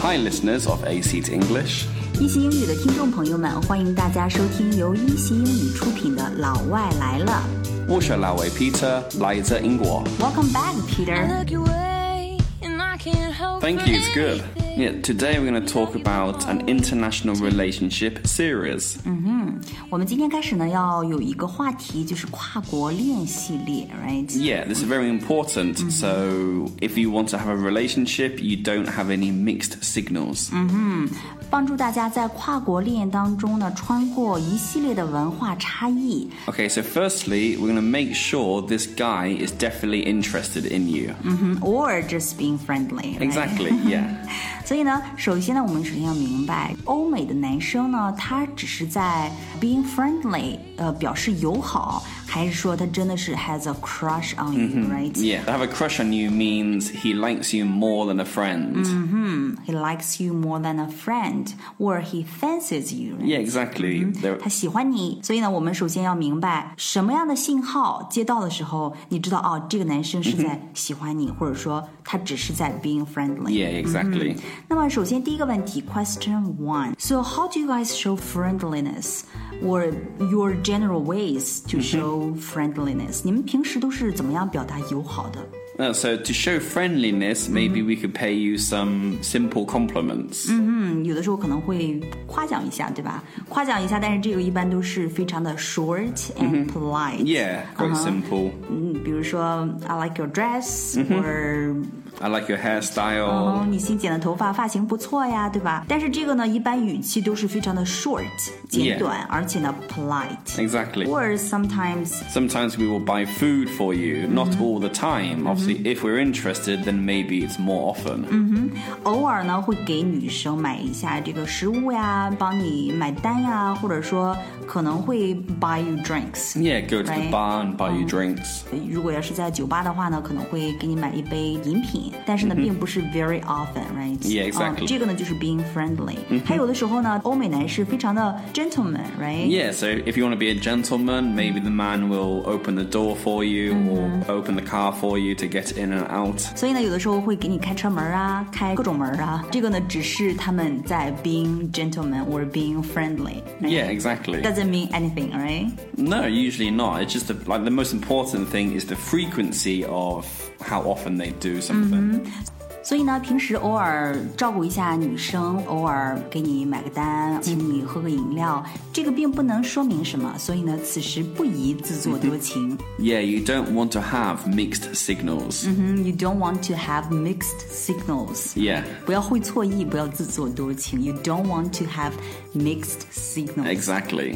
Hi, listeners of A Seat English. 一席英语的听众朋友们，欢迎大家收听由一席英语出品的《老外来了我是老外 Peter 来自英国.》。 Welcome back, Peter. Look away, and I can't help Thank but you, it's good. anything. Yeah, today we're going to talk about an international relationship series. 我们今天开始呢，要有一个话题，就是跨国恋系列，right？ Yeah, this is very important. So, if you want to have a relationship, you don't have any mixed signals. 帮助大家在跨国恋当中呢，穿过一系列的文化差异。 Okay, so firstly, we're going to make sure this guy is definitely interested in you. 嗯 or just being friendly. right? Exactly, yeah. 所以呢，首先呢，我们首先要明白，欧美的男生呢，他只是在 being friendly，呃，表示友好，还是说他真的是 has a crush on you，right？、 Yeah. To have a crush on you means he likes you more than a friend. He likes you more than a friend, or he fancies you. right? Yeah, exactly. There- 他喜欢你，所以呢，我们首先要明白什么样的信号接到的时候，你知道哦，这个男生是在喜欢你，或者说他只是在 being friendly。 Yeah, exactly. 那么，首先第一个问题，Question One。So, how do you guys show friendliness or your general ways to show friendliness？、你们平时都是怎么样表达友好的 Uh, so to show friendliness, maybe we could pay you some simple compliments. 嗯，有的时候可能会夸奖一下，对吧？夸奖一下，但是这个一般都是非常的 short and Mm-hmm. polite。Yeah, quite simple. 嗯，比如说，I like your dress，或、Mm-hmm. I like your hairstyle. 哦，你新剪的头发，发型不错呀，对吧？但是这个呢，一般语气都是非常的 short，简 Yeah 短，而且呢 polite。 Exactly. Or sometimes Sometimes we will buy food for you, not all the time. Obviously, if we're interested, then maybe it's more often. 偶尔呢会给女生买一下这个食物呀，帮你买单呀，或者说可能会 buy you drinks。 Yeah, go to the Right. bar and buy you drinks. 如果要是在酒吧的话呢，可能会给你买一杯饮品，但是呢，并不是 very often，right？嗯 Yeah, exactly. 嗯嗯这个呢就是 being friendly。还有的时候呢，欧美男士非常的 gentleman，right？ Yeah, so if you want to be a gentleman, maybe the man will open the door for you or open the car for you to get in and out. 所以呢，有的时候会给你开车门啊，开各种门啊。这个呢，只是他们在 being gentleman or being friendly。 Yeah, exactly. Doesn't mean anything, right? No, usually not. It's just the, like the most important thing is the frequency of how often they do something. 所以呢，平时偶尔照顾一下女生，偶尔给你买个单，请你喝个饮料，这个并不能说明什么。所以呢，此时不宜自作多 情。 Yeah, you don't want to have mixed signals. 嗯，You don't want to have mixed signals. Yeah, 不要会错意，不要自作多情。You don't want to have mixed signals. exactly.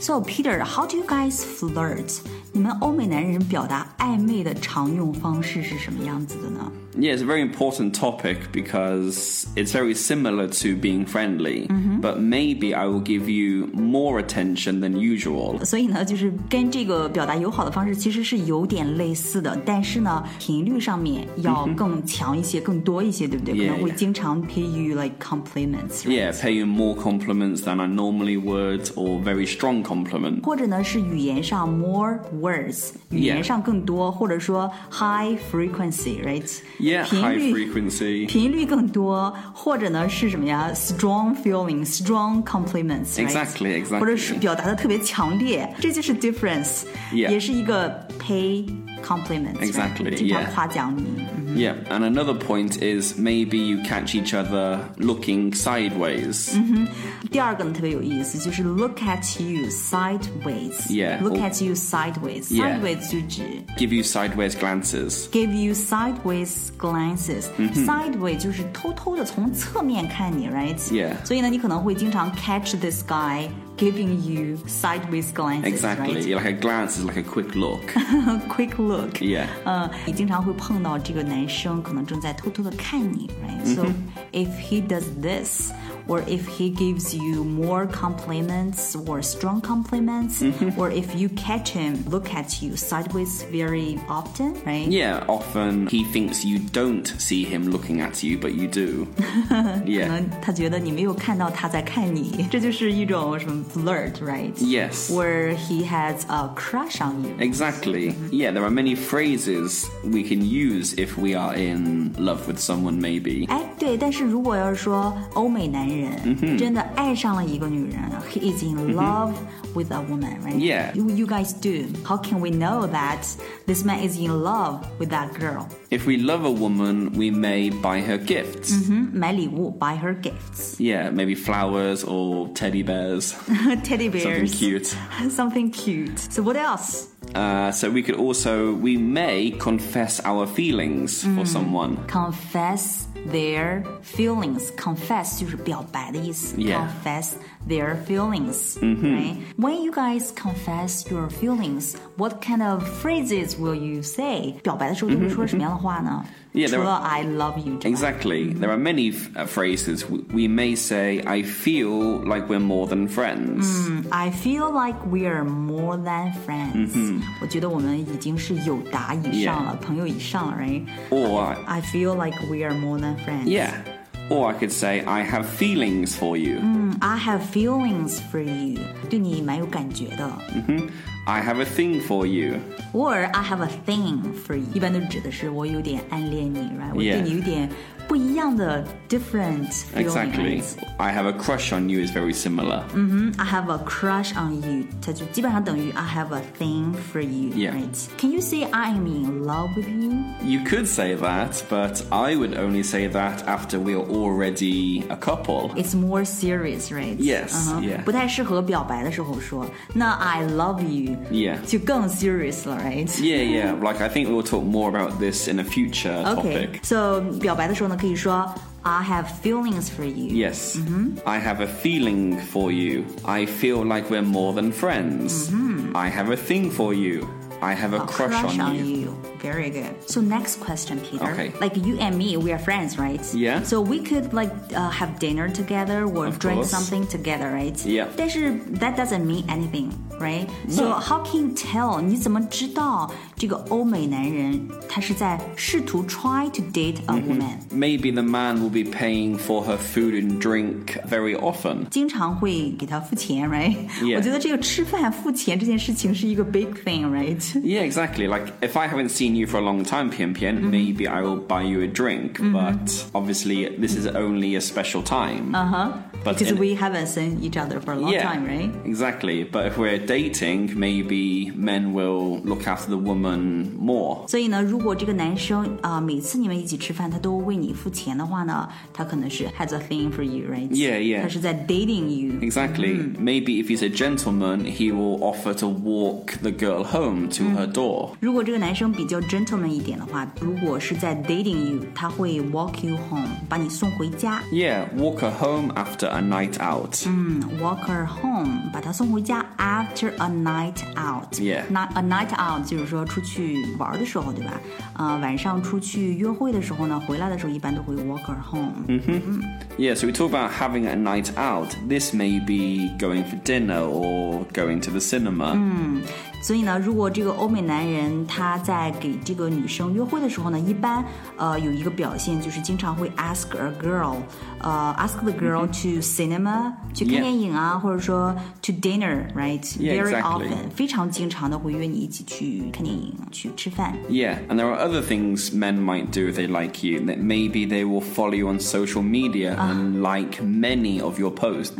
So Peter, how do you guys flirt? 你们欧美男人表达暧昧的常用方式是什么样子的呢？ Yeah, it's a very important topic because it's very similar to being friendly, but maybe I will give you more attention than usual. 所以呢，就是跟这个表达友好的方式其实是有点类似的，但是呢，频率上面要更强一些，更多一些，对不对？可 Yeah, 能会 yeah. 经常 pay you like compliments，、 Yeah, pay you more compliments than I normally would, or very strong compliment. 或者呢是语言上 more words，语言上更多，或者说 high frequency，right？ Yeah, 频 high 率 frequency. 频率更多，或者呢是什么呀？strong feeling, strong compliments, right? Exactly, exactly. 或者是表达的特别强烈，这就是 difference，、 Yeah. 也是一个 pay compliments，right？ Exactly, 经常 yeah. 夸奖你。嗯 Yeah, and another point is maybe you catch each other looking sideways. Mm-hmm. 第二个呢特别有意思，就是 look at you sideways, Yeah, look or- at you sideways, Yeah. sideways 就指 Give you sideways glances. give you sideways glances. Sideways 就是偷偷的从侧面看你，right? Yeah. 所以呢，你可能会经常 catch this guy giving you sideways glances. Exactly. right? Yeah, Like a glance is like a quick look. Quick look. Yeah. 呃，你经常会碰到这个男生可能正在偷偷的看你，right? So if he does this. or if he gives you more compliments or strong compliments, Mm-hmm。 or if you catch him look at you sideways very often, right? Yeah, often he thinks you don't see him looking at you, but you do. 可 yeah. 能他觉得你没有看到他在看你，这就是一种什么 flirt，right？ Yes. Where he has a crush on you. Exactly. Mm-hmm. Yeah, there are many phrases we can use if we are in love with someone, maybe. 哎，对，但是如果要是说欧美男人、真的爱上了一个女人，he is in love、with a woman, right? Yeah. You you guys do. How can we know that this man is in love with that girl? If we love a woman, we may buy her gifts. 嗯买礼物，buy her gifts, Yeah, maybe flowers or teddy bears, something teddy bears, cute. something cute. So what else? Uh, so we could also, we may confess our feelings for someone. Confess their feelings. Confess 就是表白的意思。 Yeah. Mm-hmm。 Confess their feelings. Right? When you guys confess your feelings, what kind of phrases will you say? 表白的时候都会说什么样的话呢 Yeah, there 除 are- 了 I love you 之外 Exactly. There are many f- uh, phrases. W- We may say, I feel like we're more than friends. I feel like we are more than friends. Mm-hmm。我觉得我们已经是友达以上了，朋友以上了，right? Or, I feel like we are more than friends. yeah. Or I could say, I have feelings for you. I have feelings for you. 对你蛮有感觉的。 I have a thing for you. Or I have a thing for you，一般都指的是我有点暗恋你，right？我 Yeah. 对你有点不一样的 different Exactly. feelings。 I have a crush on you is very similar. I have a crush on you，它就基本上等于 I have a thing for you。 Yeah. Right? Can you say I am in love with you？ You could say that, but I would only say that after we're already a couple. It's more serious, right? Yes, 嗯哼 yeah. 不太适合表白的时候说。那 I love you， Yeah. 就更 serious 了，right？ Yeah, yeah. Like, I think we'll talk more about this in a future topic. Okay. So 表白的时候呢，可以说 I have feelings for you。 Yes. I have a feeling for you. I feel like we're more than friends. I have a thing for you. I have a, Mm-hmm. A crush, on, you. Very good. So next question, Peter. Okay. Like you and me, we are friends, right? Yeah. So we could like uh, have dinner together or Of drink course. something together, right? Yeah. 但是 that doesn't mean anything, right? So No. how can you tell? 你怎么知道这个欧美男人他是在试图 try to date a Mm-hmm. woman？、 Maybe the man will be paying for her food and drink very often. 经常会给他付钱，right？、 Yeah. 我觉得这个吃饭付钱这件事情是一个 big thing，right？ Yeah, exactly. Like, if I haven't seen you for a long time, Pian Pian, Mm-hmm. maybe I will buy you a drink. But obviously, this is only a special time. Uh huh. But Uh-huh. Because in- we haven't seen each other for a long yeah, time, right? Exactly. But if we're dating, maybe men will look after the woman more. 所以呢，如果这个男生啊、呃每次你们一起吃饭，他都为你付钱的话呢，他可能是 has a thing for you, right? Yeah, yeah. 他是在 dating you. Exactly. Maybe if he's a gentleman, he will offer to walk the girl home to her door. 如果这个男生比较 gentleman 一点的话，如果是在 dating you，他会 walk you home，把你送回家。 Yeah, walk her home after a night out. Walk her home，把她送回家。After a night out， Yeah. Not a night out 就是说出去玩儿的时候，对吧？呃，晚上出去约会的时候呢，回来的时候一般都会 walk her home。 Yeah, so we talk about having a night out. This may be going for dinner or going to the cinema. 所以呢，如果这个欧美男人他在给这个女生约会的时候呢，一般呃有一个表现就是经常会 ask a girl，呃 ask the girl to cinema 去 Mm-hmm. 看 Yeah. 电影啊，或者说 to dinner，right？Very Yeah, exactly. often，非常经常的会约你一起去看电影、啊去吃饭。 Yeah, and there are other things men might do if they like you. That maybe they will follow you on social media and like many of your posts.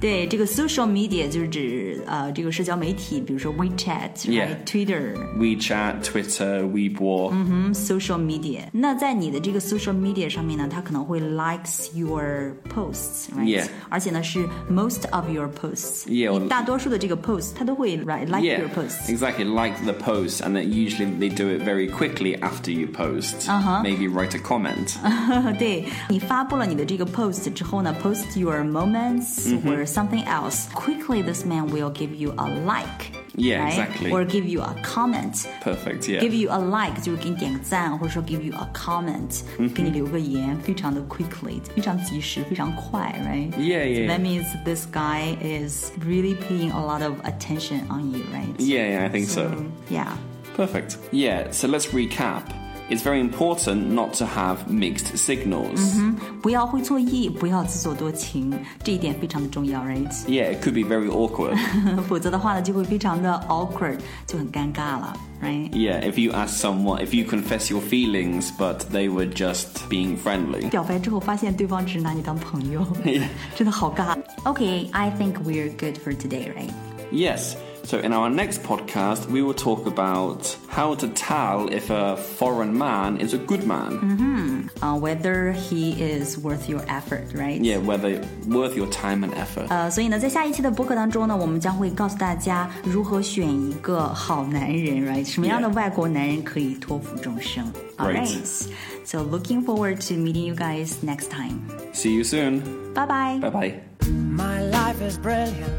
对，这个 social media 就是指呃这个社交媒体，比如说 WeChat、 Yeah. Twitter。 WeChat, Twitter, Weibo. social media。那在你的这个 social media 上面呢，它可能会 likes your posts，right？、 Yeah. 而且呢是 most of your posts。 Yeah，你大多数的这个 post 它都会 right like Yeah, your posts。 exactly. Like the post, and that usually they do it very quickly after you post. Uh-huh. Maybe write a comment. 对你发布了你的这个 post 之后呢，post your moments or something else。Quickly, this man will give you a like。 Yeah, right? exactly. Or give you a comment. Perfect. Yeah. Give you a like 就是给你点个赞，或者说 give you a comment，、给你留个言，非常的 quickly，非常及时，非常快，right? Yeah, yeah, yeah. That means this guy is really paying a lot of attention on you, right? yeah, yeah, I think so. Yeah. Perfect. Yeah, so let's recap. It's very important not to have mixed signals. 不要会错意，不要自作多情，这一点非常的重要，right？ Yeah, it could be very awkward. 否则的话呢，就会非常的 awkward，就很尴尬了，right？ yeah, if you ask someone, if you confess your feelings, but they were just being friendly. 表白之后发现对方只是拿你当朋友， 真的好尬。OK，I、think we're good for today, right? Yes. So in our next podcast, we will talk about how to tell if a foreign man is a good man. Uh, whether he is worth your effort, right? Yeah, whether worth your time and effort. 呃，所以呢，在下一期的播客当中呢，我们将会告诉大家如何选一个好男人，right？什么样的 Yeah. 外国男人可以托付终生 Right. right. So looking forward to meeting you guys next time. See you soon. Bye bye. Bye bye. My life is brilliant.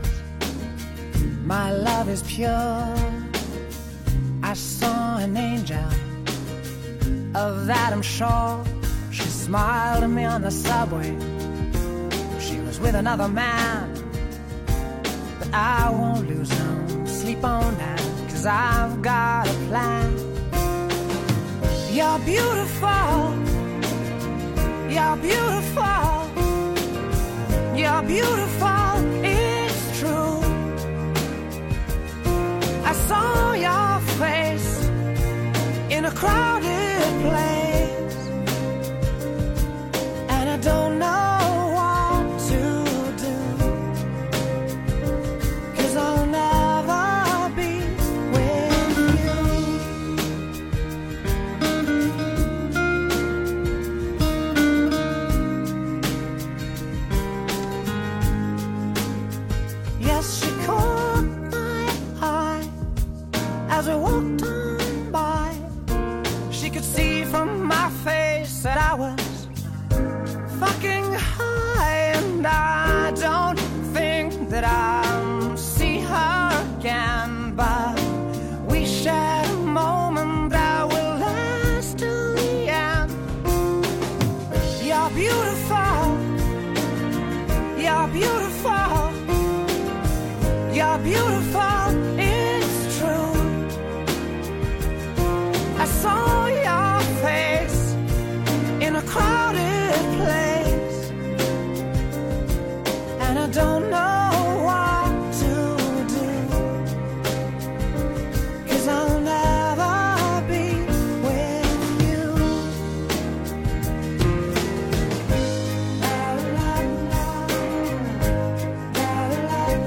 My love is pure. I saw an angel. Of that I'm sure. She smiled at me on the subway. She was with another man. But I won't lose no sleep on that. Cause I've got a plan. You're beautiful. You're beautiful. You're beautiful, it's true. I saw your face in a crowded place, and I don't know what to do. Cause I'll never be with you. Yes, she caught my eye as we walked on by. She could see from my face that I was fucking high, and I don't think that I'll see her again. But we shared a moment that will last till the end. You're beautiful. You're beautiful. You're beautiful, it's true. I saw your face in a crowded place, and I don't know what to do. Cause I'll never be with you. La, la, la. La, la, la.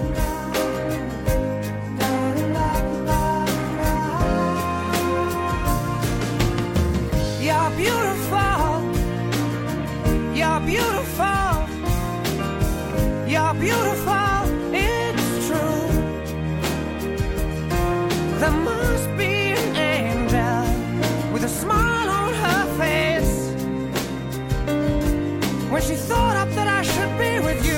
You're beautiful. You're beautiful. You're beautiful. It's true. There must be an angel with a smile on her face when she thought up that I should be with you.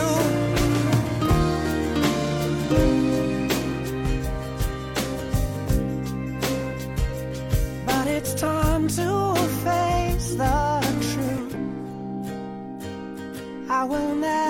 But it's time to face the truth. I will never.